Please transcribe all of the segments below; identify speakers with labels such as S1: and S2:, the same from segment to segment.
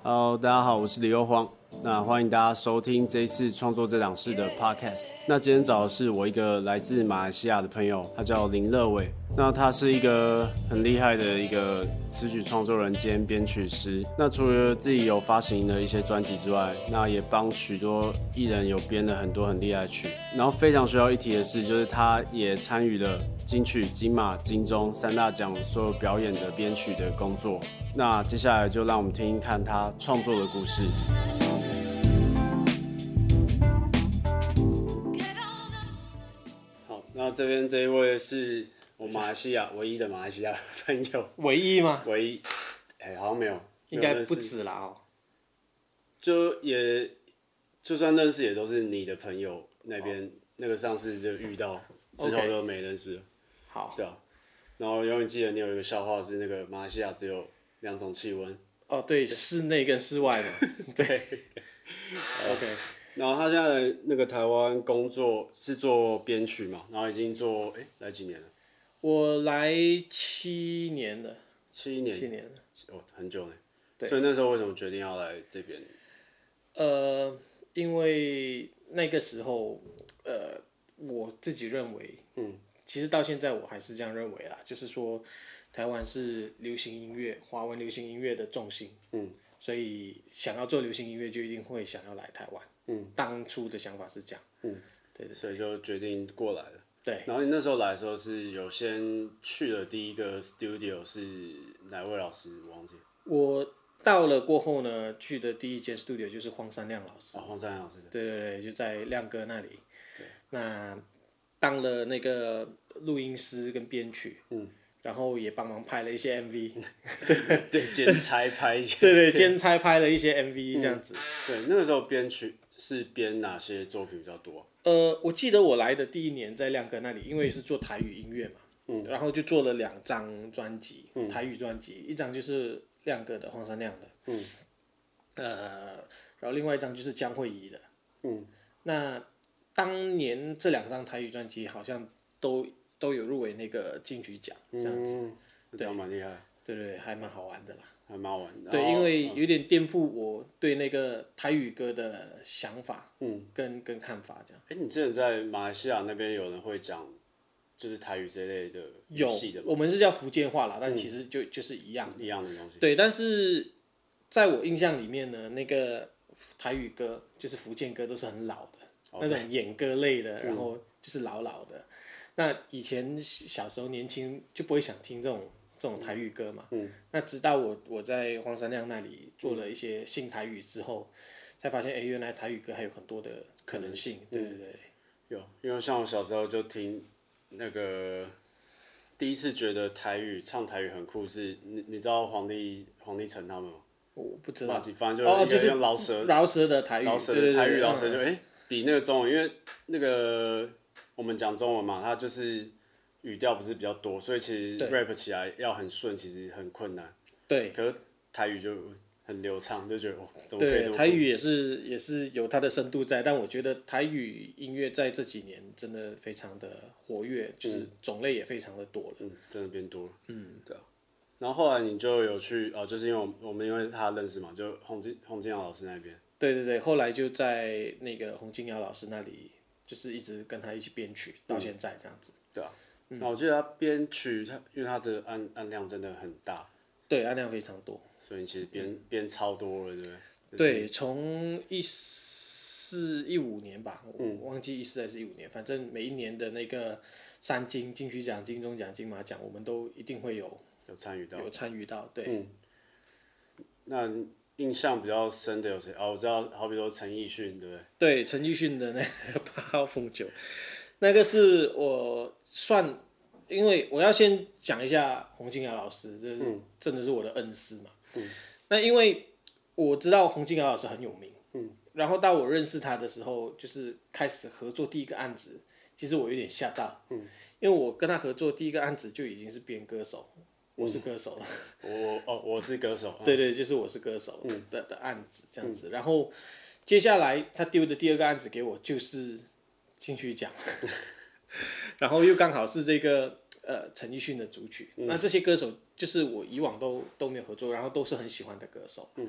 S1: Hello，大家好，我是李欧荒。那欢迎大家收听这一次创作这档事的 Podcast。那今天找的是我一个来自马来西亚的朋友，他叫林乐伟。那他是一个很厉害的一个词曲创作人兼编曲师。那除了自己有发行的一些专辑之外，那也帮许多艺人有编了很多很厉害的曲。然后非常需要一提的是，就是他也参与了金曲、金马、金钟三大奖所有表演的编曲的工作。那接下来就让我们听听看他创作的故事。好，那这边这一位是我马来西亚唯一的马来西亚朋友，
S2: 唯一吗？
S1: 唯一，哎、好像没有，
S2: 应该
S1: 没有认
S2: 不
S1: 识，
S2: 止啦哦。
S1: 就也就算认识也都是你的朋友那边、那个上次就遇到，之后
S2: OK
S1: 就没认识了
S2: 好，
S1: 对啊。然后永远记得你有一个笑话是那个马来西亚只有两种气温，
S2: 哦对，室内跟室 外嘛。
S1: 对。
S2: OK，
S1: 然后他现在的那个台湾工作是做编曲嘛，然后已经做哎、来几年了，
S2: 我来七年了，
S1: 七年
S2: 七年了。
S1: 哦，很久呢。
S2: 对
S1: 所以那时候为什么决定要来这边？
S2: 呃，因为那个时候，呃，我自己认为，嗯，其实到现在我还是这样认为啦，就是说，台湾是流行音乐、华文流行音乐的重心，嗯，所以想要做流行音乐，就一定会想要来台湾，嗯，当初的想法是这样，嗯，对对
S1: 所以就决定过来了。
S2: 对。
S1: 然后你那时候来的时候是有先去了第一个 studio 是哪位老师？我忘记了。
S2: 我到了过后呢，去的第一间 studio 就是黄山亮老师，
S1: 啊、黄山老 师的。
S2: 对对对，就在亮哥那里。那当了那个录音师跟编曲，嗯，然后也帮忙拍了一些 MV，
S1: 对，兼差拍一些。
S2: 对对，兼差拍了一些 MV 这样子。
S1: 对，那个时候编曲是编哪些作品比较多？啊
S2: 呃，我记得我来的第一年在亮哥那里，因为是做台语音乐嘛，嗯，然后就做了两张专辑，
S1: 嗯
S2: 台语专辑，一张就是亮哥的黄山亮的，嗯，呃，然后另外一张就是江惠仪的，嗯，那当年这两张台语专辑好像都都有入围那个金曲奖，这样子，
S1: 嗯，这样蛮厉害，
S2: 对对，还蛮好玩的啦。
S1: 还蛮好玩的。
S2: 对，
S1: 然后嗯
S2: 因为有点颠覆我对那个台语歌的想法，
S1: 嗯，
S2: 跟跟看法这样。
S1: 哎、你之前在马来西亚那边有人会讲就是台语这类的
S2: 有
S1: 语系的，吗嗯
S2: 我们是叫福建话啦，但其实就、就是一样。
S1: 一样的东西。
S2: 对，但是在我印象里面呢，那个台语歌就是福建歌都是很老的、
S1: 哦嗯
S2: 那种演歌类的，然后就是老老的。那以前小时候年轻就不会想听这种这种台语歌嘛。嗯。那直到我我在黄山亮那里做了一些新台语之后，才发现哎，诶原来台语歌还有很多的可能性。
S1: 嗯
S2: 对对对。
S1: 有，因为像我小时候就听那个，第一次觉得台语唱台语很酷是，你你知道黄立黄立成他们吗？
S2: 我不知
S1: 马
S2: 道。
S1: 吉反正就
S2: 哦
S1: 有一
S2: 就
S1: 个
S2: 是
S1: 用饶舌
S2: 饶舌的台语，
S1: 饶舌的
S2: 对
S1: 台
S2: 对
S1: 语
S2: 对
S1: 饶舌
S2: 嗯
S1: 就哎、诶比那个中文，因为那个我们讲中文嘛，它就是语调不是比较多，所以其实
S2: 对
S1: rap 起来要很顺，其实很困难。
S2: 对，
S1: 可是台语就很流畅，就觉得哦，怎么可以
S2: 对，
S1: 这么
S2: 台
S1: 酷
S2: 语也是也是有它的深度在，但我觉得台语音乐在这几年真的非常的活跃，就是种类也非常的多了。
S1: 嗯，真的变多了。嗯，对啊。然后后来你就有去哦，就是因为我们我们因为他认识嘛，就洪金洪金尧老师那边。
S2: 对对对，后来就在那个洪金尧老师那里，就是一直跟他一起编曲
S1: 嗯
S2: 到现在这样子。
S1: 然后我记得他编曲，他因为他的按按量真的很大，
S2: 对，按量非常多。
S1: 所以你其实编编超多了，对不对？
S2: 对，从一四一五年吧，
S1: 嗯
S2: 我忘记一四还是一五年，反正每一年的那个三金金曲奖、金钟奖、金马奖，我们都一定会有
S1: 有参与到。
S2: 有参与到。对，
S1: 那印象比较深的有谁？哦，我知道，好比说陈奕迅，对不对？
S2: 对，陈奕迅的那个八号风球，那个是我算，因为我要先讲一下洪金尧老师，这是、真的是我的恩师嘛。那因为我知道洪金尧老师很有名，嗯，然后到我认识他的时候，就是开始合作第一个案子，其实我有点吓到，嗯，因为我跟他合作第一个案子就已经是编歌手，我是歌手了。
S1: 我我哦，我是歌手。
S2: 对对，就是我是歌手的、的的案子这样子。然后接下来他丢的第二个案子 给我就是金曲奖，然后又刚好是这个呃陈奕迅的主曲，那这些歌手就是我以往都都没有合作，然后都是很喜欢的歌手。嗯，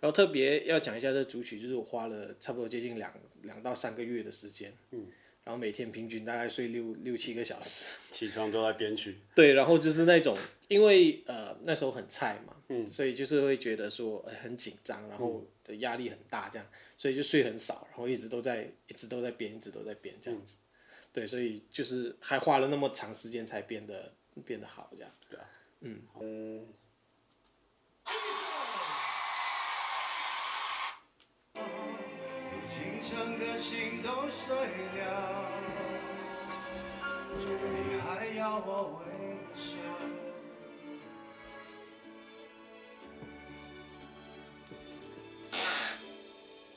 S2: 然后特别要讲一下这主曲，就是我花了差不多接近两两到三个月的时间。嗯，然后每天平均大概睡六六七个小时。
S1: 起床都在编曲，
S2: 对，然后就是那种，因为呃那时候很菜嘛，嗯，所以就是会觉得说、呃很紧张，然后的压力很大这样，所以就睡很少，然后一直都在一直都在编，一直都在编这样子，对，所以就是还花了那么长时间才变得变得好这样，
S1: 对啊，嗯
S3: 我轻唱的心都碎了，你还要我微笑？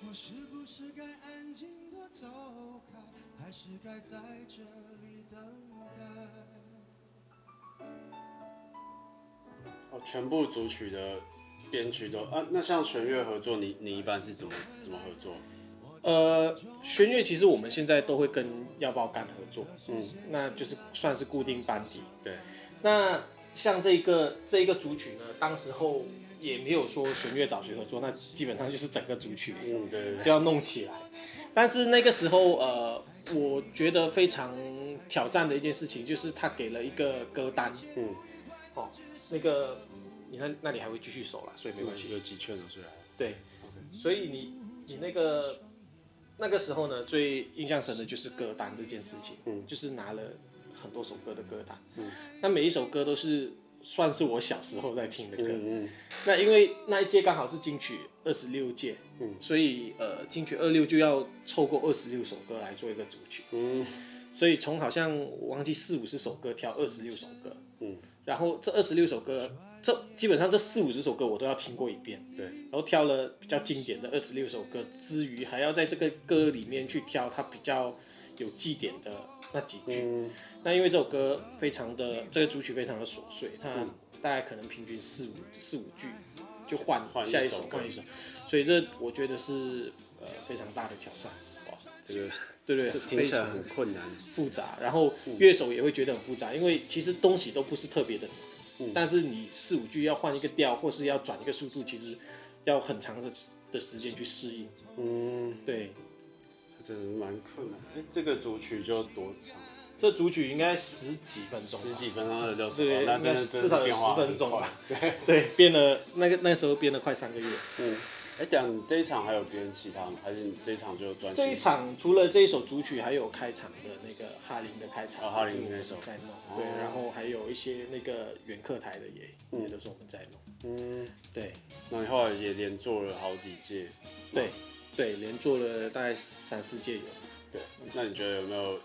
S3: 我是不是该安静的走开，还是该在这里等待？
S1: 哦，全部组曲的编曲都啊，那像弦乐合作，你你一般是怎么怎么合作？
S2: 呃，弦乐其实我们现在都会跟药包干合作，嗯，那就是算是固定班底，
S1: 对，
S2: 那像这个这一个组曲呢，当时候也没有说弦乐找谁合作，那基本上就是整个组曲
S1: 嗯，对对对，
S2: 都要弄起来。但是那个时候，呃，我觉得非常挑战的一件事情，就是他给了一个歌单，
S1: 嗯，
S2: 哦，那个你那那里还会继续守啦，所以没
S1: 没
S2: 关
S1: 关
S2: 系。
S1: 系，有几圈了，虽然
S2: 对，所以你你那个那个时候呢，最印象深的就是歌单这件事情，
S1: 嗯
S2: 就是拿了很多首歌的歌单，
S1: 嗯，
S2: 那每一首歌都是算是我小时候在听的歌，
S1: 嗯嗯，
S2: 那因为那一届刚好是金曲二十六届，
S1: 嗯
S2: 所以呃，金曲二六就要凑够二十六首歌来做一个主曲，
S1: 嗯，
S2: 所以从好像我忘记四五十首歌挑二十六首歌，
S1: 嗯，
S2: 然后这二十六首歌，这基本上这四五十首歌我都要听过一遍，
S1: 对，
S2: 然后挑了比较经典的二十六首歌之余，还要在这个歌里面去挑它比较有祭点的那几句。
S1: 嗯
S2: 那因为这首歌非常的这个主曲非常的琐碎，它大概可能平均四五四五句就换
S1: 换一
S2: 下一
S1: 首
S2: 首
S1: 歌
S2: 换一首，所以这我觉得是呃非常大的挑战，哇，
S1: 这个
S2: 对对，
S1: 这听
S2: 非
S1: 起来
S2: 常
S1: 很困难，
S2: 复杂，然后乐手也会觉得很复杂，因为其实东西都不是特别的难，但是你四五句要换一个调，或是要转一个速度，其实要很长的时的时间去适应。
S1: 嗯，
S2: 对，
S1: 真的蛮困难。哎，这个组曲就多长？
S2: 这主曲应该十几分钟吧，
S1: 十几分钟二十六首，
S2: 对，
S1: 那真
S2: 应该
S1: 的
S2: 是
S1: 真的
S2: 至少
S1: 是
S2: 有
S1: 变化
S2: 十
S1: 很
S2: 分钟
S1: 快
S2: 吧。对，编了那个那时候编了快三个月。
S1: 嗯，哎，讲你这一场还有别人其他吗？还是你这一场就专心？
S2: 这一场除了这一首主曲，还有开场的那个哈林的开场，
S1: 哦哈林
S2: 也是我们
S1: 那首哦
S2: 在弄，对，然后还有一些那个远客台的也、也都是我们在弄，
S1: 嗯，
S2: 对
S1: 那你后来也连做了好几届，
S2: 对对，连做了大概三四届有，
S1: 对，那你觉得有没有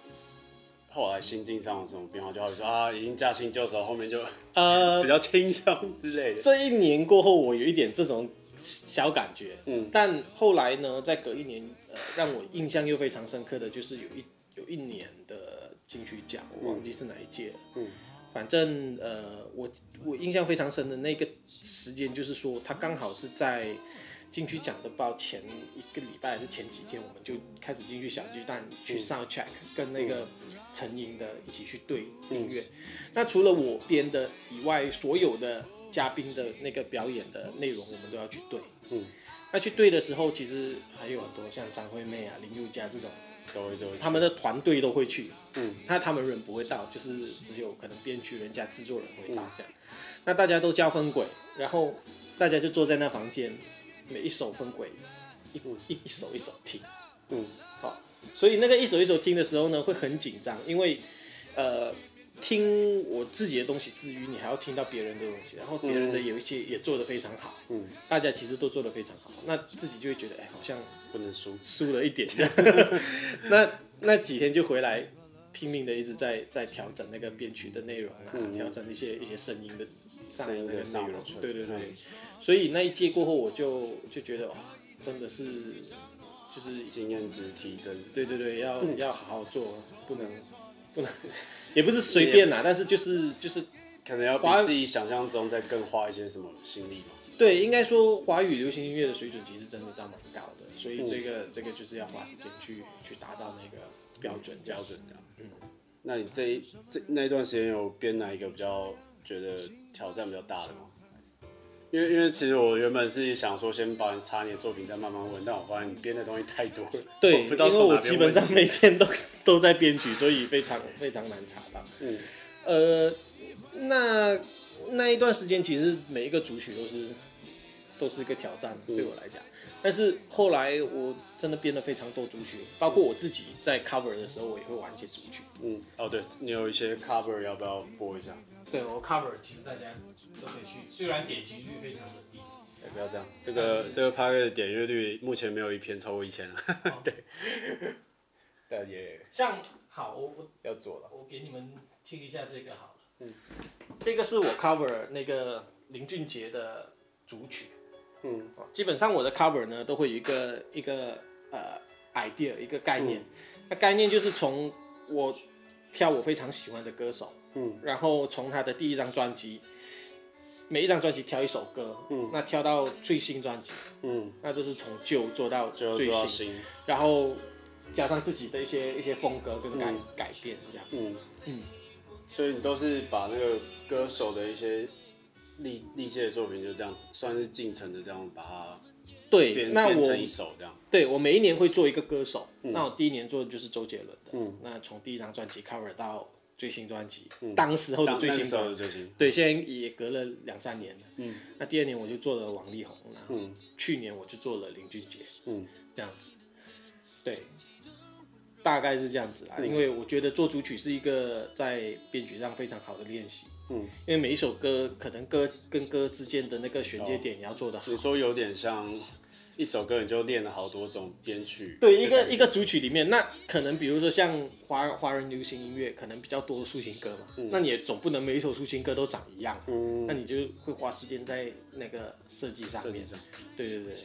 S1: 后来心境上有什么变化？就好比说啊，已经驾轻就熟，后面就
S2: 呃
S1: 比，较轻松之类的。
S2: 这一年过后，我有一点这种小感觉，
S1: 嗯
S2: 但后来呢，再隔一年，呃，让我印象又非常深刻的就是有一有一年的金曲奖，我忘记是哪一届了，
S1: 嗯，
S2: 反正呃，我我印象非常深的那个时间就是说，它刚好是在。金曲奖的报前一个礼拜还是前几天，我们就开始进去小巨蛋
S1: 嗯
S2: 去 sound check，、跟那个陈莹的一起去对音
S1: 嗯
S2: 乐。那除了我编的以外，所有的嘉宾的那个表演的内容，我们都要去对。
S1: 嗯，
S2: 那去对的时候，其实还有很多像张惠妹啊、林宥嘉这种，
S1: 都会都会
S2: 他们的团队都会去。
S1: 嗯，
S2: 那他们人不会到，就是只有可能编曲人家制作人会到
S1: 嗯
S2: 这样。那大家都交分轨，然后大家就坐在那房间，每一首分轨，一一一首一首听。
S1: 嗯
S2: 好、所以那个一首一首听的时候呢，会很紧张，因为呃，听我自己的东西之余，你还要听到别人的东西，然后别人的有一些也做得非常好，
S1: 嗯，
S2: 大家其实都做得非常好，那自己就会觉得哎，好像
S1: 不能输。
S2: 输了 一点，那那几天就回来。拼命的一直在在调整那个编曲的内容啊，调整一些一些声音的
S1: 嗯
S2: 上
S1: 声音的
S2: 那个内
S1: 上
S2: 容
S1: 唇，
S2: 对对对，
S1: 嗯
S2: 所以那一届过后，我就就觉得哇，哦真的是就是
S1: 经验值提升，
S2: 对对对，要、要好好做，不能不能，也不是随便啦，但是就是就是
S1: 可能要
S2: 花
S1: 比自己想象中再更花一些什么心力吧。
S2: 对，应该说华语流行音乐的水准其实真的到蛮高的，所以这个、这个就是要花时间去去达到那个标准这样
S1: 标准这样。嗯，那你这一这那一段时间有编哪一个比较觉得挑战比较大的吗？因为因为其实我原本是想说先把你查你的作品再慢慢问，但我发现你编的东西太多了，
S2: 对，
S1: 我不知道
S2: 因为
S1: 从
S2: 我
S1: 哪
S2: 基
S1: 边
S2: 本
S1: 问
S2: 上
S1: 起。
S2: 每天都 都在编曲，所以非常非常难查到。
S1: 嗯，
S2: 呃，那那一段时间，其实每一个主曲都是都是一个挑战，对
S1: 嗯
S2: 我来讲。但是后来我真的编了非常多主曲，包括我自己在 cover 的时候，我也会玩一些主曲。
S1: 嗯，哦对，你有一些 cover 要不要播一下？
S2: 对我 cover，其实大家都可以去，虽然点击率非常的低，
S1: 哎不要这样，这个
S2: 嗯
S1: 这个 p a r 的点阅率目前没有一篇超过一千了，
S2: 哦
S1: 对，但也
S2: 像好，我我
S1: 要做了。
S2: 我给你们听一下这个好了。嗯，这个是我 cover 那个林俊杰的主曲。
S1: 嗯
S2: 哦，基本上我的 cover 呢都会有一个一个呃 idea 一个概念，
S1: 嗯
S2: 那概念就是从我挑我非常喜欢的歌手，
S1: 嗯，
S2: 然后从他的第一张专辑，每一张专辑挑一首歌，嗯，那挑到最新专辑，
S1: 嗯，
S2: 那就是从旧做到
S1: 就
S2: 最
S1: 做到
S2: 新，
S1: 新，
S2: 然后加上自己的一些一些风格跟改、改变这样。
S1: 嗯
S2: 嗯，
S1: 所以你都是把那个歌手的一些历历届的作品就这样，算是进程的这样把它
S2: 对，
S1: 变
S2: 那
S1: 变
S2: 我
S1: 成一首这样。
S2: 对我每一年会做一个歌手，那我第一年做的就是周杰伦的，
S1: 嗯
S2: 那从第一张专辑 cover 到最新专辑，当时候的
S1: 当
S2: 最新
S1: 那时候
S2: 专
S1: 的
S2: 辑，
S1: 最新，
S2: 对，现在也隔了两三年了，
S1: 嗯，
S2: 那第二年我就做了王力宏，然后
S1: 嗯
S2: 去年我就做了林俊杰，
S1: 嗯
S2: 这样子，对，大概是这样子啦，
S1: 嗯
S2: 因为我觉得做主曲是一个在编曲上非常好的练习，
S1: 嗯，
S2: 因为每一首歌可能歌跟歌之间的那个衔接点也要做得好
S1: 你。说有点像一首歌，你就练了好多种编曲。
S2: 对，一个一个主曲里面，那可能比如说像华华人流行音乐，可能比较多抒情歌嘛，那你也总不能每一首抒情歌都长一样，
S1: 嗯
S2: 那你就会花时间在那个设计上
S1: 设计
S2: 面。
S1: 上，
S2: 对对对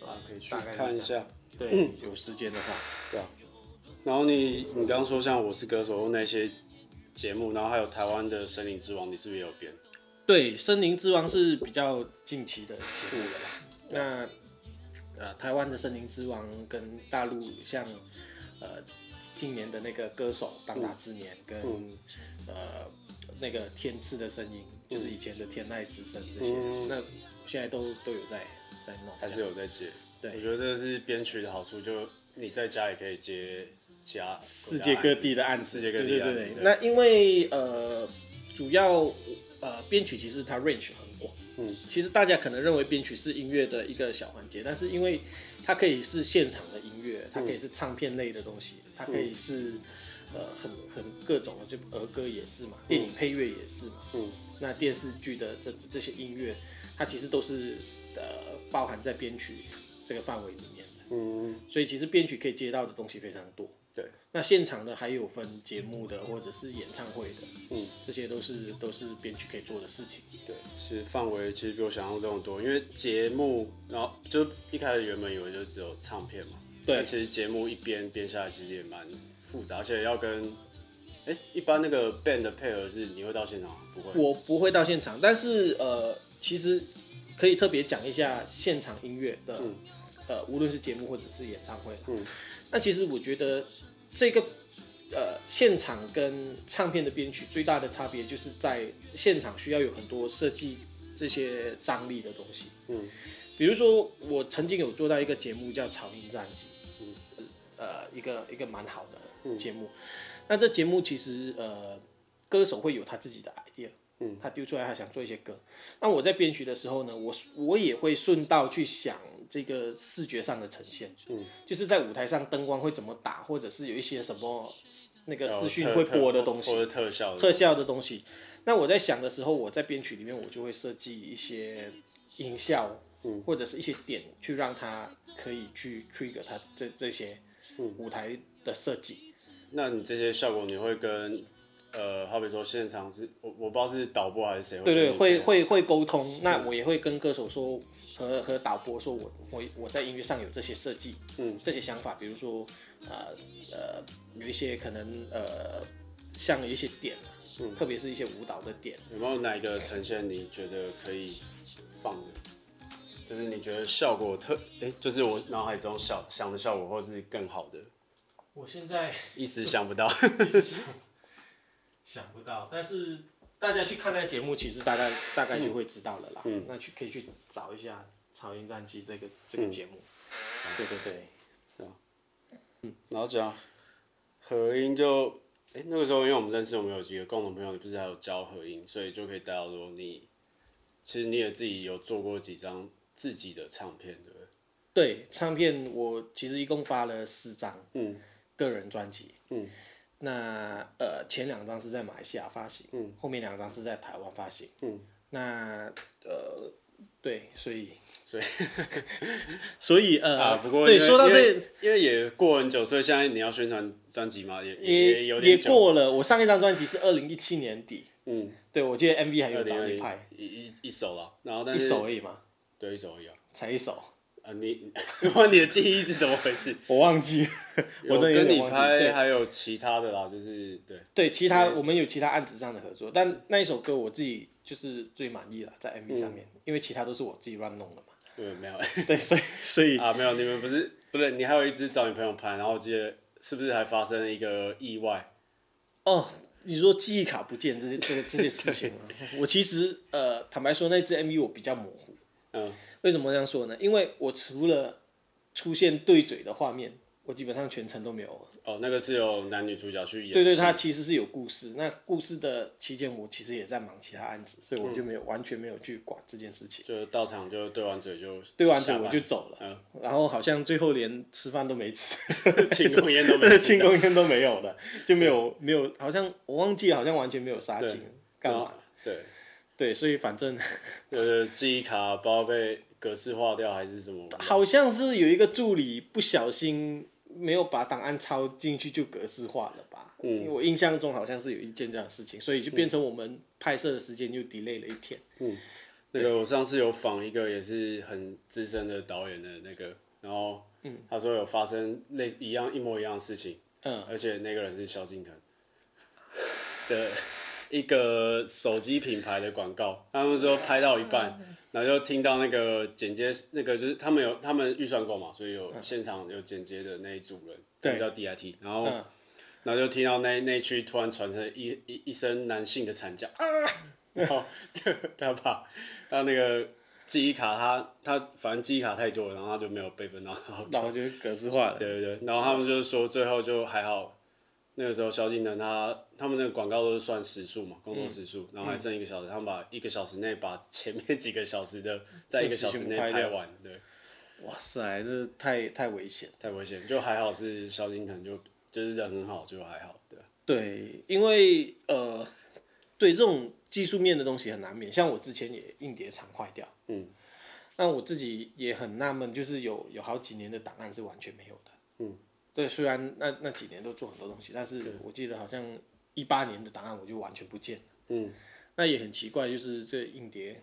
S1: 啊，可以去
S2: 大概是
S1: 看一
S2: 这
S1: 下。
S2: 对，
S1: 嗯
S2: 有时间的话，
S1: 对啊。然后你你刚刚说像《我是歌手》那些节目，然后还有台湾的《森林之王》，你是不是也有编？
S2: 对《森林之王》是比较近期的节目了啦。那呃，台湾的《森林之王》跟大陆像呃今年的那个歌手当打之年跟、
S1: 嗯
S2: 呃那个天赐的声音，就是以前的天籁之声这些，
S1: 嗯
S2: 那现在都都有在在弄，
S1: 还是有在接？
S2: 对
S1: 我觉得这是编曲的好处，就你在家也可以接其他
S2: 世界各地的案
S1: 世
S2: 子，
S1: 界各地
S2: 对
S1: 的
S2: 对
S1: 案子
S2: 对对。
S1: 对
S2: 那因为呃，主要呃编曲其实它 range 很广，嗯，其实大家可能认为编曲是音乐的一个小环节，但是因为它可以是现场的音乐，它可以是唱片类的东西，它可以是呃很很各种的，就儿歌也是嘛，电影配乐也是嘛，
S1: 嗯，
S2: 那电视剧的这这这些音乐，它其实都是呃包含在编曲这个范围里面的，
S1: 嗯，
S2: 所以其实编曲可以接到的东西非常多，
S1: 对，
S2: 那现场的还有分节目的或者是演唱会的，
S1: 嗯，
S2: 这些都是都是编曲可以做的事情。
S1: 对，其实范围其实比我想象中的多，因为节目，然后就一开始原本以为就只有唱片嘛，
S2: 对
S1: 但其实节目一编编下来其实也蛮复杂，而且要跟，哎、一般那个 band 的配合是你会到现场吗不会？
S2: 我不会到现场，但是呃，其实可以特别讲一下现场音乐的，呃，无论是节目或者是演唱会啦。
S1: 嗯
S2: 那其实我觉得这个呃，现场跟唱片的编曲最大的差别就是在现场需要有很多设计这些张力的东西。
S1: 嗯，
S2: 比如说我曾经有做到一个节目叫《潮音战记》，呃，一个一个蛮好的节目。那这节目其实呃，歌手会有他自己的 idea，嗯，他丢出来他想做一些歌。那我在编曲的时候呢，我我也会顺道去想这个视觉上的呈现，嗯，就是在舞台上灯光会怎么打，或者是有一些什么那个
S1: 然后
S2: 视讯
S1: 哦特
S2: 会
S1: 特
S2: 播的东西
S1: 或，者特效的
S2: 特效的东西。那我在想的时候，我在编曲里面我就会设计一些音效，嗯，或者是一些点去让它可以去 trigger 它这这些舞台的设计。
S1: 那你这些效果，你会跟呃，好比说现场是我我不知道是导播还是谁，
S2: 对对，
S1: 或者
S2: 会
S1: 是
S2: 会会沟通。那我也会跟歌手说和和导播说我，我我在音乐上有这些设计，
S1: 嗯
S2: 这些想法，比如说呃呃有一些可能呃像有一些点啊，特别是一些舞蹈的点，
S1: 有没有哪一个呈现你觉得可以放的？就是你觉得效果特哎、就是我脑海中想想的效果，或是更好的，
S2: 我现在
S1: 一时想不到。
S2: 一时想 想不到，但是大家去看那节目，其实大概大概就会知道了啦。
S1: 嗯
S2: 那去可以去找一下《草原战记》这个这个节目。对对对，
S1: 然后讲合音就，哎、那个时候因为我们认识，我们有几个共同朋友，不是还有教合音，所以就可以带到说你，其实你也自己有做过几张自己的唱片，对不对？
S2: 对，唱片我其实一共发了四张，
S1: 嗯，
S2: 个人专辑，
S1: 嗯，
S2: 那呃前两张是在马来西亚发行，
S1: 嗯，
S2: 后面两张是在台湾发行，
S1: 嗯，
S2: 那呃对，所以
S1: 所以
S2: 所以呃、
S1: 啊，不过
S2: 对，
S1: 因为
S2: 说到
S1: 因为
S2: 这
S1: 因为也过很久，所以现在你要宣传专辑嘛，也也有
S2: 也
S1: 点
S2: 也
S1: 久。
S2: 过了，我上一张专辑是二零一七年底，
S1: 嗯，
S2: 对我记得 MV 还有
S1: 二零
S2: 找
S1: 二
S2: 你
S1: 零
S2: 拍
S1: 一一一首了，然后但
S2: 一
S1: 是
S2: 首而已嘛，
S1: 对一首而已啊，
S2: 才一首，
S1: 啊你 哇你的记忆是怎么回事？
S2: 我忘记了，我
S1: 有
S2: 真的有
S1: 跟
S2: 点
S1: 你
S2: 忘记，
S1: 拍
S2: 对
S1: 还有其他的啦，就是对，
S2: 对，其他我们有其他案子上的合作，但那一首歌我自己就是最满意了，在 MV 上面，
S1: 嗯
S2: 因为其他都是我自己乱弄的嘛。
S1: 对没有。
S2: 对，所以所以
S1: 啊，没有，你们不是不是，你还有一只找你朋友拍，然后我记得是不是还发生了一个意外？
S2: 哦，你说记忆卡不见这些这个这些事 情吗，我其实呃坦白说，那支 MV 我比较模糊。
S1: 嗯，
S2: 为什么这样说呢？因为我除了出现对嘴的画面，我基本上全程都没有。
S1: 哦，那个是有男女主角去演戏，
S2: 对对，它其实是有故事。那故事的期间，我其实也在忙其他案子，所以我就没有、完全没有去管这件事情。
S1: 就到场就对完嘴就
S2: 对完嘴
S1: 下班
S2: 我就走了，
S1: 嗯
S2: 然后好像最后连吃饭都没吃，
S1: 庆功宴都没吃
S2: 庆功宴都没有了，就没有没有，好像我忘记了，好像完全没有杀青，干
S1: 然
S2: 嘛
S1: 后？对，
S2: 对，所以反正
S1: 就是记忆卡包被格式化掉还是什么？
S2: 好像是有一个助理不小心没有把档案抄进去，就格式化了吧？因为我印象中好像是有一件这样的事情，所以就变成我们拍摄的时间就 delay 了一天。
S1: 那个我上次有访一个也是很资深的导演的那个，然后他说有发生类一样一模一样的事情，
S2: 嗯，
S1: 而且那个人是萧敬腾的一个手机品牌的广告，他们说拍到一半，然后就听到那个剪接，那个就是他们有他们预算够嘛，所以有现场有剪接的那一组人，
S2: 嗯对
S1: 他们叫 DIT，然后、
S2: 嗯
S1: 然后就听到那那一区突然传出一一一声男性的惨叫啊，然后就他把他那个记忆卡他他反正记忆卡太多了，然后他就没有备份到，然后
S2: 然后就格式化了。
S1: 对对对，然后他们就是说最后就还好，那个时候萧敬腾他他们那个广告都是算时数嘛，工作时数，
S2: 嗯
S1: 然后还剩一个小时，他们把一个小时内把前面几个小时的在一个小时内
S2: 全部拍
S1: 拍
S2: 掉
S1: 完，对，
S2: 哇塞，这太太危险了。
S1: 太危险，就还好是萧敬腾就就是人很好，就还好，对，
S2: 对，因为呃，对这种技术面的东西很难免，像我之前也硬碟常坏掉，
S1: 嗯，
S2: 那我自己也很纳闷，就是有有好几年的档案是完全没有的，
S1: 嗯，
S2: 对，虽然那那几年都做很多东西，但是我记得好像一八年的档案我就完全不见了，
S1: 嗯，
S2: 那也很奇怪，就是这硬碟，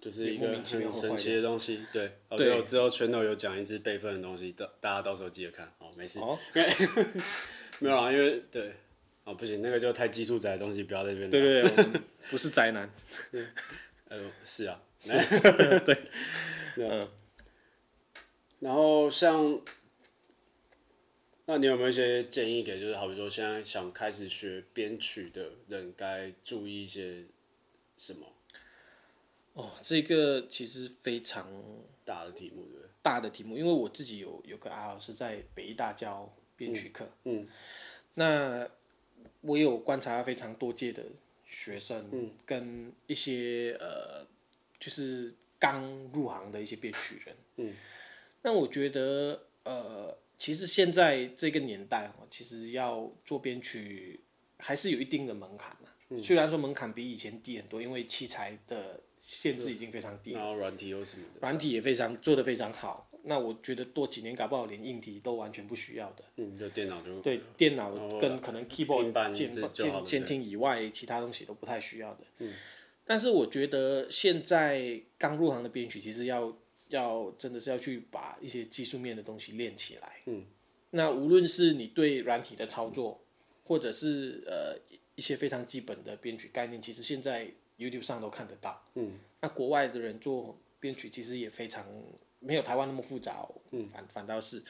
S1: 就是一
S2: 也
S1: 个
S2: 莫名其妙
S1: 很
S2: 会
S1: 神奇的东西，对，哦，
S2: 对
S1: 对，我之后全都有讲一次备份的东西，大大家到时候记得看，哦，没事，
S2: 哦，
S1: 没有啦，因为对，哦不行，那个就太技术宅的东西，不要在这边聊，
S2: 对对啊对，我们不是宅男，
S1: 呃，是啊，是， 对，嗯。然后像，那你有没有一些建议给，就是好比说现在想开始学编曲的人，该注意一些什么
S2: 哦，这个其实非常
S1: 大的题目，对不对？
S2: 大的题目，因为我自己有有个阿老师在北医大教编曲课、
S1: 嗯
S2: 那我有观察非常多届的学生，
S1: 嗯
S2: 跟一些呃，就是刚入行的一些编曲人，
S1: 嗯，
S2: 那我觉得呃，其实现在这个年代哦，其实要做编曲还是有一定的门槛的、
S1: 嗯
S2: 虽然说门槛比以前低很多，因为器材的限制已经非常低了
S1: 然后软体有什么的？
S2: 软体也非常做得非常好。那我觉得多几年搞不好连硬体都完全不需要的。
S1: 嗯，就电脑就
S2: 对，电脑
S1: 哦
S2: 跟可能
S1: 平板
S2: keyboard 键
S1: 这就好嗯了
S2: 键键听以外，其他东西都不太需要的。但是我觉得现在刚入行的编曲，其实要要真的是要去把一些技术面的东西练起来。
S1: 嗯，
S2: 那无论是你对软体的操作，或者是呃一一些非常基本的编曲概念，其实现在 YouTube 上都看得到。
S1: 嗯，
S2: 那国外的人做编曲其实也非常没有台湾那么复杂、哦。嗯，反反倒是，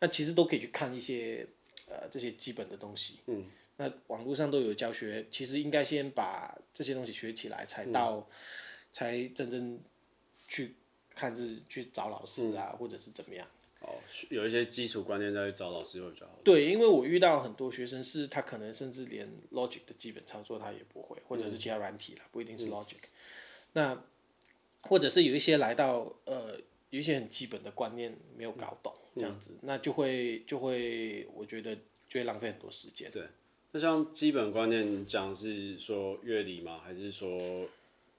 S2: 那其实都可以去看一些呃这些基本的东西。嗯，那网络上都有教学，其实应该先把这些东西学起来，才到、才真正去看是去找老师啊，或者是怎么样。
S1: 哦，有一些基础观念再去找老师会比较好。
S2: 对，因为我遇到很多学生是他可能甚至连 Logic 的基本操作他也不会，或者是其他软体啦，不一定是 Logic。那或者是有一些来到呃有一些很基本的观念没有搞懂，这样子，那就会就会我觉得就会浪费很多时间。
S1: 那像基本观念你讲是说乐理吗？还是说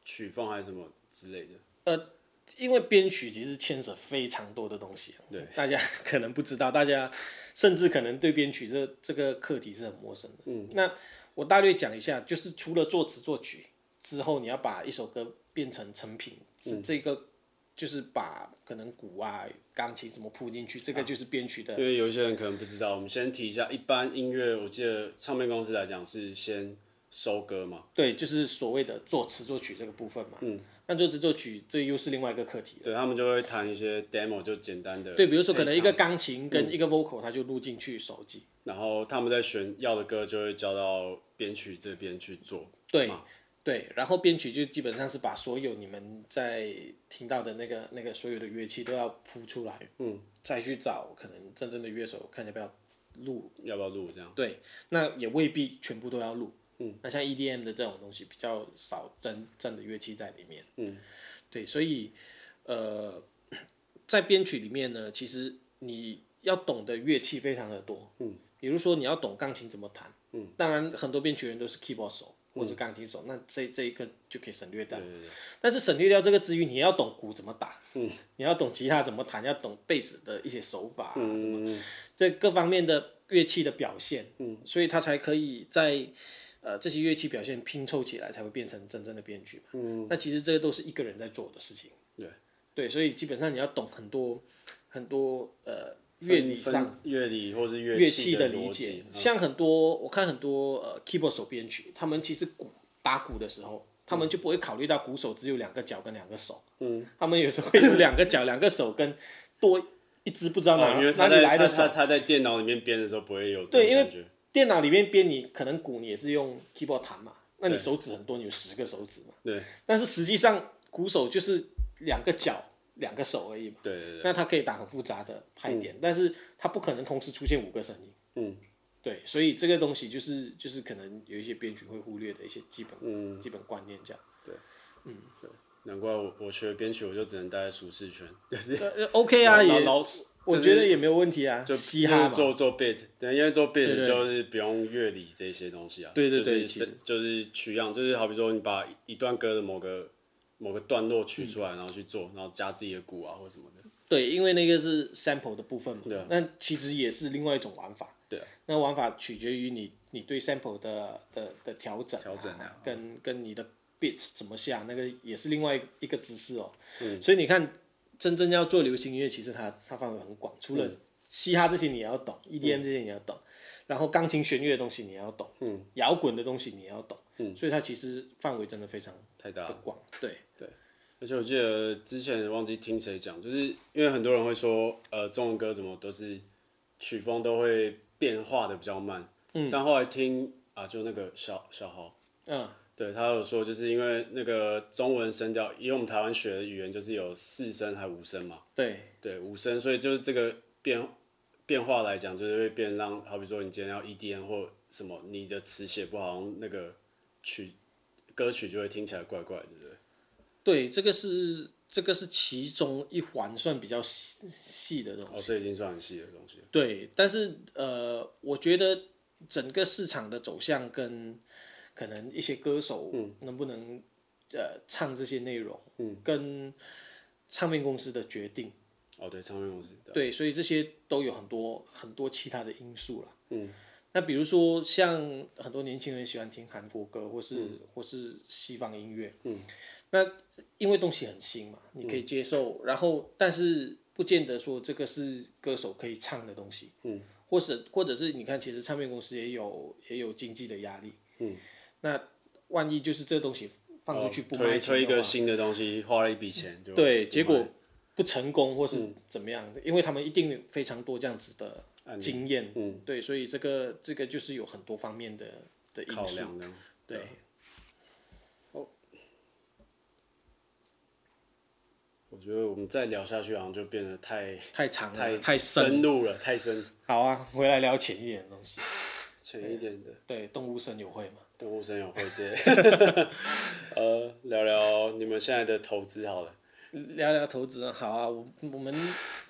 S1: 曲风还是什么之类的？
S2: 因为编曲其实牵扯非常多的东西，对，大家 可能不知道，大家甚至可能对编曲这这个课题是很陌生的。嗯，那我大略讲一下，就是除了作词作曲之后，你要把一首歌变成成品，是这个就是把可能鼓啊、钢琴怎么铺进去，这个就是编曲的。
S1: 因为有一些人可能不知道，我们先提一下，一般音乐我记得唱片公司来讲是先收歌嘛，
S2: 对，就是所谓的作词作曲这个部分嘛。嗯，那作词作曲这又是另外一个课题了。
S1: 对他们就会弹一些 demo，就简单的
S2: 对，比如说可能
S1: 配
S2: 一
S1: 唱
S2: 个钢琴跟一个 vocal，它就录进去手机。
S1: 然后他们在选要的歌就会交到编曲这边去做。
S2: 对对，然后编曲就基本上是把所有你们在听到的那个那个所有的乐器都要铺出来，嗯，再去找可能真正的乐手看要不要录，
S1: 要不要录这样？
S2: 对，那也未必全部都要录，嗯，那像 EDM 的这种东西比较少真正的乐器在里面，嗯，对，所以呃， 在编曲里面呢，其实你要懂的乐器非常的多，嗯，比如说你要懂钢琴怎么弹，嗯，当然很多编曲人都是 keyboard 手或是钢琴手，那这这一个就可以省略掉，但是省略掉这个之余，你也要懂鼓怎么打，嗯，你要懂吉他怎么弹，要懂贝斯的一些手法、啊，什么这各方面的乐器的表现，嗯，所以他才可以在。呃，这些乐器表现拼凑起来才会变成真正的编曲嘛。嗯，那其实这个都是一个人在做的事情。
S1: 对
S2: 对，所以基本上你要懂很多很多呃
S1: 分
S2: 乐理上
S1: 分乐理或是
S2: 乐
S1: 器
S2: 器的
S1: 逻
S2: 理
S1: 辑嗯
S2: 解，。像很多我看很多呃 keyboard 手编曲，他们其实鼓打鼓的时候，他
S1: 嗯
S2: 们就不会考虑到鼓手只有两个脚跟两个手，嗯，他们有时候会有两个脚、两个手跟多一只不知道
S1: 哦
S2: 哪
S1: 因为
S2: 哪
S1: 他
S2: 里
S1: 在他
S2: 来的手
S1: 他。他在电脑里面编的时候不会有这
S2: 对
S1: 种
S2: 因为
S1: 感觉，
S2: 电脑里面编你可能鼓你也是用 keyboard 弹嘛，那你手指很多，你有十个手指嘛，
S1: 对
S2: 但是实际上鼓手就是两个脚两个手而已嘛。
S1: 对对对，
S2: 那它可以打很复杂的拍点，但是它不可能同时出现五个声音。
S1: 嗯，
S2: 对，所以这个东西就是就是可能有一些编曲会忽略的一些基本、
S1: 嗯
S2: 基本观念这样。
S1: 难怪我我学编曲我就只能待在舒适圈，
S2: 呃，OK 啊，
S1: 老
S2: 也
S1: 老师，
S2: 我觉得也没有问题啊，
S1: 就
S2: 就嘻哈
S1: 就
S2: 嘛。
S1: 做做 beat，对，因为做
S2: 对
S1: beat
S2: 对
S1: 就是不用乐理这些东西啊，
S2: 对对对
S1: 就是
S2: 其实
S1: 是就是取样，就是好比说你把一段歌的某个某个段落取出来，
S2: 嗯
S1: 然后去做，然后加自己的鼓啊或什么的，
S2: 对，因为那个是 sample 的部分嘛
S1: 对啊，
S2: 那、其实也是另外一种玩法。
S1: 对啊
S2: 那玩法取决于你你对 sample 的的的调整、
S1: 调整啊
S2: 跟跟你的 beat 怎么下，那个也是另外一个一个姿势哦。
S1: 嗯
S2: 所以你看，真正要做流行音乐，其实它它范围很广，除
S1: 嗯
S2: 了嘻哈这些你也要懂、e d m 这些你要懂，然后钢琴弦乐的东西你也要懂，
S1: 嗯
S2: 摇滚的东西你也要懂，所以它其实范围真的非常
S1: 太大了
S2: 的。广，
S1: 啊
S2: 对。
S1: 而且我记得之前忘记听谁讲，就是因为很多人会说，呃，中文歌怎么都是曲风都会变化的比较慢，嗯，但后来听啊，就那个小小豪，
S2: 嗯，
S1: 对他有说，就是因为那个中文声调，因为我们台湾学的语言就是有四声还五声嘛，
S2: 对，
S1: 对五声，所以就是这个变变化来讲，就是会变让，好比说你今天要 EDM 或什么，你的词写不好，好像那个曲歌曲就会听起来怪怪的，对不对？
S2: 对，这个是这个是其中一环，算比较细细的东
S1: 哦，
S2: 西。
S1: 这已经算很细的东西了。
S2: 对，但是呃，我觉得整个市场的走向跟可能一些歌手能不能、呃唱这些内容，嗯，跟唱片公司的决定，
S1: 哦，对，唱片公司。
S2: 对，所以这些都有很多很多其他的因素啦。嗯，那比如说像很多年轻人喜欢听韩国歌，或是、或是西方音乐。嗯，那因为东西很新嘛，你可以接受，然后但是不见得说这个是歌手可以唱的东西。嗯，或是或者是你看，其实唱片公司也有也有经济的压力。嗯，那万一就是这东西放出去不卖
S1: 哦推
S2: 钱
S1: 推一
S2: 的话
S1: 个新的东西，花了一笔钱就嗯
S2: 对，
S1: 不
S2: 结
S1: 卖
S2: 果不成功或是怎么样的，因为他们一定有非常多这样子的
S1: 案例
S2: 经验，
S1: 嗯，
S2: 对，所以这个这个就是有很多方面的的因
S1: 考
S2: 素，
S1: 量的。
S2: 对，
S1: 我觉得我们再聊下去，好像就变得太
S2: 太长了，
S1: 太
S2: 太
S1: 深
S2: 深。
S1: 入了，太深，
S2: 好啊，回来聊浅一点的东西。
S1: 浅一点的。
S2: 对，动物森友会嘛，
S1: 动物森友会这， 呃，聊聊你们现在的投资好了。
S2: 聊聊投资啊。好啊，我我们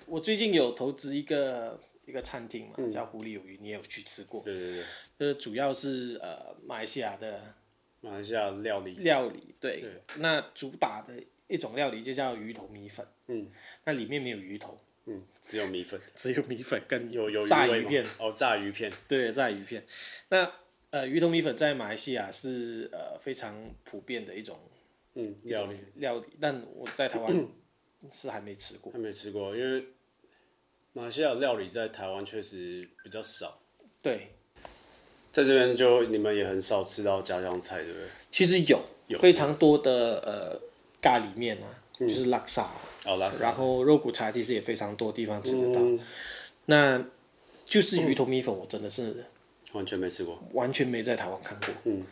S2: 我最近有投资一个一个餐厅
S1: 嗯
S2: 嘛，叫狐狸有鱼，你也有去吃过。
S1: 对对对，
S2: 就是主要是呃马来西亚的
S1: 马来西亚料理，
S2: 料理，对，
S1: 对
S2: 那主打的一种料理就叫鱼头米粉，
S1: 嗯，
S2: 那里面没有鱼头，
S1: 嗯，只有米粉，
S2: 只有米粉跟
S1: 有有
S2: 炸
S1: 鱼味
S2: 鱼
S1: 吗
S2: 片，
S1: 哦，炸鱼片，
S2: 对，炸鱼片。那呃鱼头米粉在马来西亚是呃非常普遍的一种
S1: 嗯，
S2: 一
S1: 料
S2: 种
S1: 理
S2: 料理，但我在台湾是还没吃过，
S1: 还没吃过，因为马来西亚料理在台湾确实比较少，
S2: 对，
S1: 在这边就你们也很少吃到家乡菜，对不对？
S2: 其实有
S1: 有
S2: 非常多的呃咖喱面啊，就是拉萨、
S1: 哦，拉萨
S2: 然，后肉骨茶其实也非常多地方吃得到。
S1: 嗯，
S2: 那就是鱼头米粉，我真的是
S1: 完全没吃过，
S2: 完全没在台湾看过。
S1: 嗯，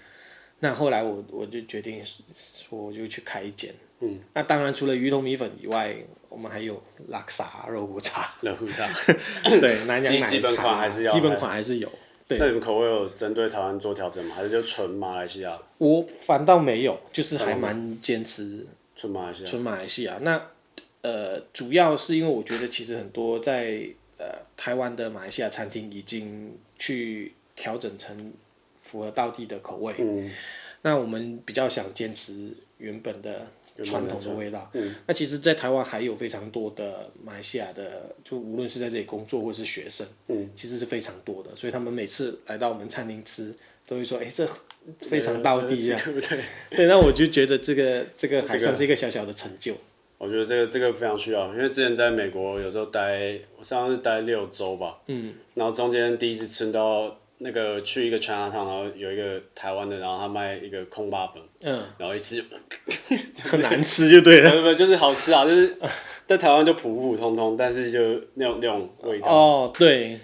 S2: 那后来我我就决定说，我就去开一间。
S1: 嗯，
S2: 那当然除了鱼头米粉以外，我们还有拉萨肉骨茶，
S1: 热乎 茶。
S2: 对，南洋
S1: 基基
S2: 奶茶，
S1: 本款还是要
S2: 基本款还是有。
S1: 那
S2: 对
S1: 你们口味有针对台湾做调整吗？还是就纯马来西亚？
S2: 我反倒没有，就是
S1: 哦
S2: 还蛮坚持
S1: 纯马来西亚？
S2: 纯马来西亚。那呃，主要是因为我觉得其实很多在呃台湾的马来西亚餐厅已经去调整成符合道地的口味。
S1: 嗯
S2: 那我们比较想坚持原本的
S1: 原本
S2: 传
S1: 的
S2: 统的
S1: 传
S2: 味道。
S1: 嗯
S2: 那其实，在台湾还有非常多的马来西亚的，就无论是在这里工作或是学生，
S1: 嗯，
S2: 其实是非常多的。所以他们每次来到我们餐厅吃，都会说：“哎、
S1: 呃
S2: 这非常道地啊。
S1: 对不对？
S2: 对，那我就觉得这个这个
S1: 呃这
S2: 还
S1: 个
S2: 算是一个小小的成就。
S1: 我觉得这个这个非常需要，因为之前在美国有时候待，我上次待六周吧，
S2: 嗯，
S1: 然后中间第一次吃到那个去一个 China Town，然后有一个台湾的，然后他卖一个空巴粉，
S2: 嗯，
S1: 然后一吃，
S2: 很难吃就对
S1: 不
S2: 了。
S1: 不不就是好吃啊，就是在台湾就普普通通，但是就那种那种味道，
S2: 哦，对，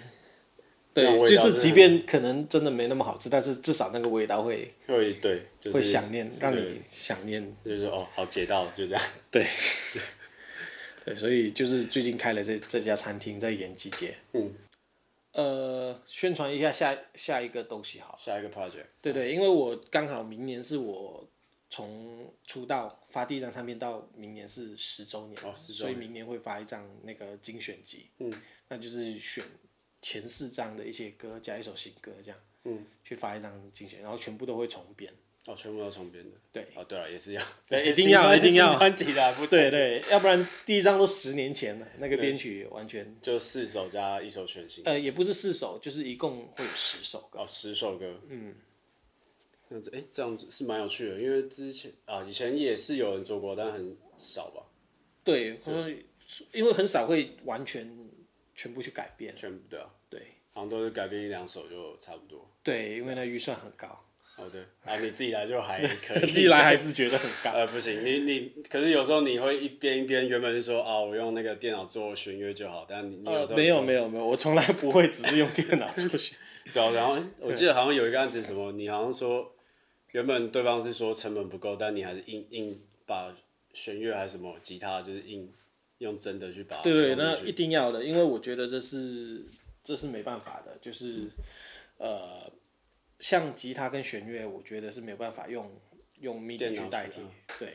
S1: 那味
S2: 对，
S1: 道
S2: 就
S1: 真
S2: 是
S1: 的
S2: 即便可能真的没那么好吃，但是至少那个味道会
S1: 会对，就是
S2: 会想念，让
S1: 对
S2: 你想念。
S1: 就是哦，好解到了，就这样，
S2: 对，对，所以就是最近开了这这家餐厅在延吉街。
S1: 嗯，
S2: 呃，宣传一下下下一个东西好了。
S1: 下一个 project，
S2: 对对，因为我刚好明年是我从出道发第一张唱片到明年是十周年，
S1: 哦10周
S2: 所以明年会发一张那个精选集，
S1: 嗯，
S2: 那就是选前四张的一些歌加一首新歌这样，
S1: 嗯，
S2: 去发一张精选，然后全部都会重编。
S1: 哦，全部都重编的，
S2: 对
S1: 哦对了，也是要，
S2: 对一定 要
S1: 新专
S2: 一定要
S1: 新专辑的啊，不
S2: 对对，要不然第一张都十年前了，那个编曲完全，
S1: 就四首加一首全新，
S2: 呃，也不是四首，就是一共会有十首歌。
S1: 哦，十首歌，嗯，这样子，哎、这样子是蛮有趣的，因为之前啊，以前也是有人做过，但很少吧，
S2: 对，所以因为很少会完全全部去改变。
S1: 全部对啊，
S2: 对
S1: 好像都是改编一两首就差不多。
S2: 对，因为那预算很高，
S1: 哦，对，啊，你自己来就还可以，
S2: 自己来还是觉得很高。
S1: 呃不行，你你可是有时候你会一边一边，原本是说啊，我用那个电脑做弦乐就好，但你你有时候、
S2: 呃没有没有没有，我从来不会只是用电脑做 选。
S1: 对啊、然后我记得好像有一个案子什么，你好像说原本对方是说成本不够，但你还是硬硬把弦乐还是什么吉他，就是硬用真的去把它
S2: 对对，
S1: 装进
S2: 那
S1: 去
S2: 一定要的，因为我觉得这是这是没办法的，就是呃，像吉他跟弦乐，我觉得是没有办法用用 MIDI
S1: 电脑
S2: 去代替
S1: 去啊。
S2: 对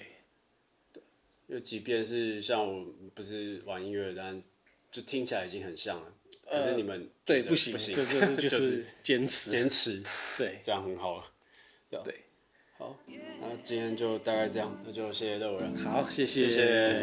S1: 就即便是像我不是玩音乐的，但就听起来已经很像了。可是你们
S2: 呃对，
S1: 觉得
S2: 不
S1: 行，
S2: 行，这这是 就
S1: 就是
S2: 是坚持。
S1: 坚持，
S2: 对
S1: 这样很好了。
S2: 对，
S1: 好，那今天就大概这样，那就谢谢乐伟了，
S2: 好，谢
S1: 谢谢。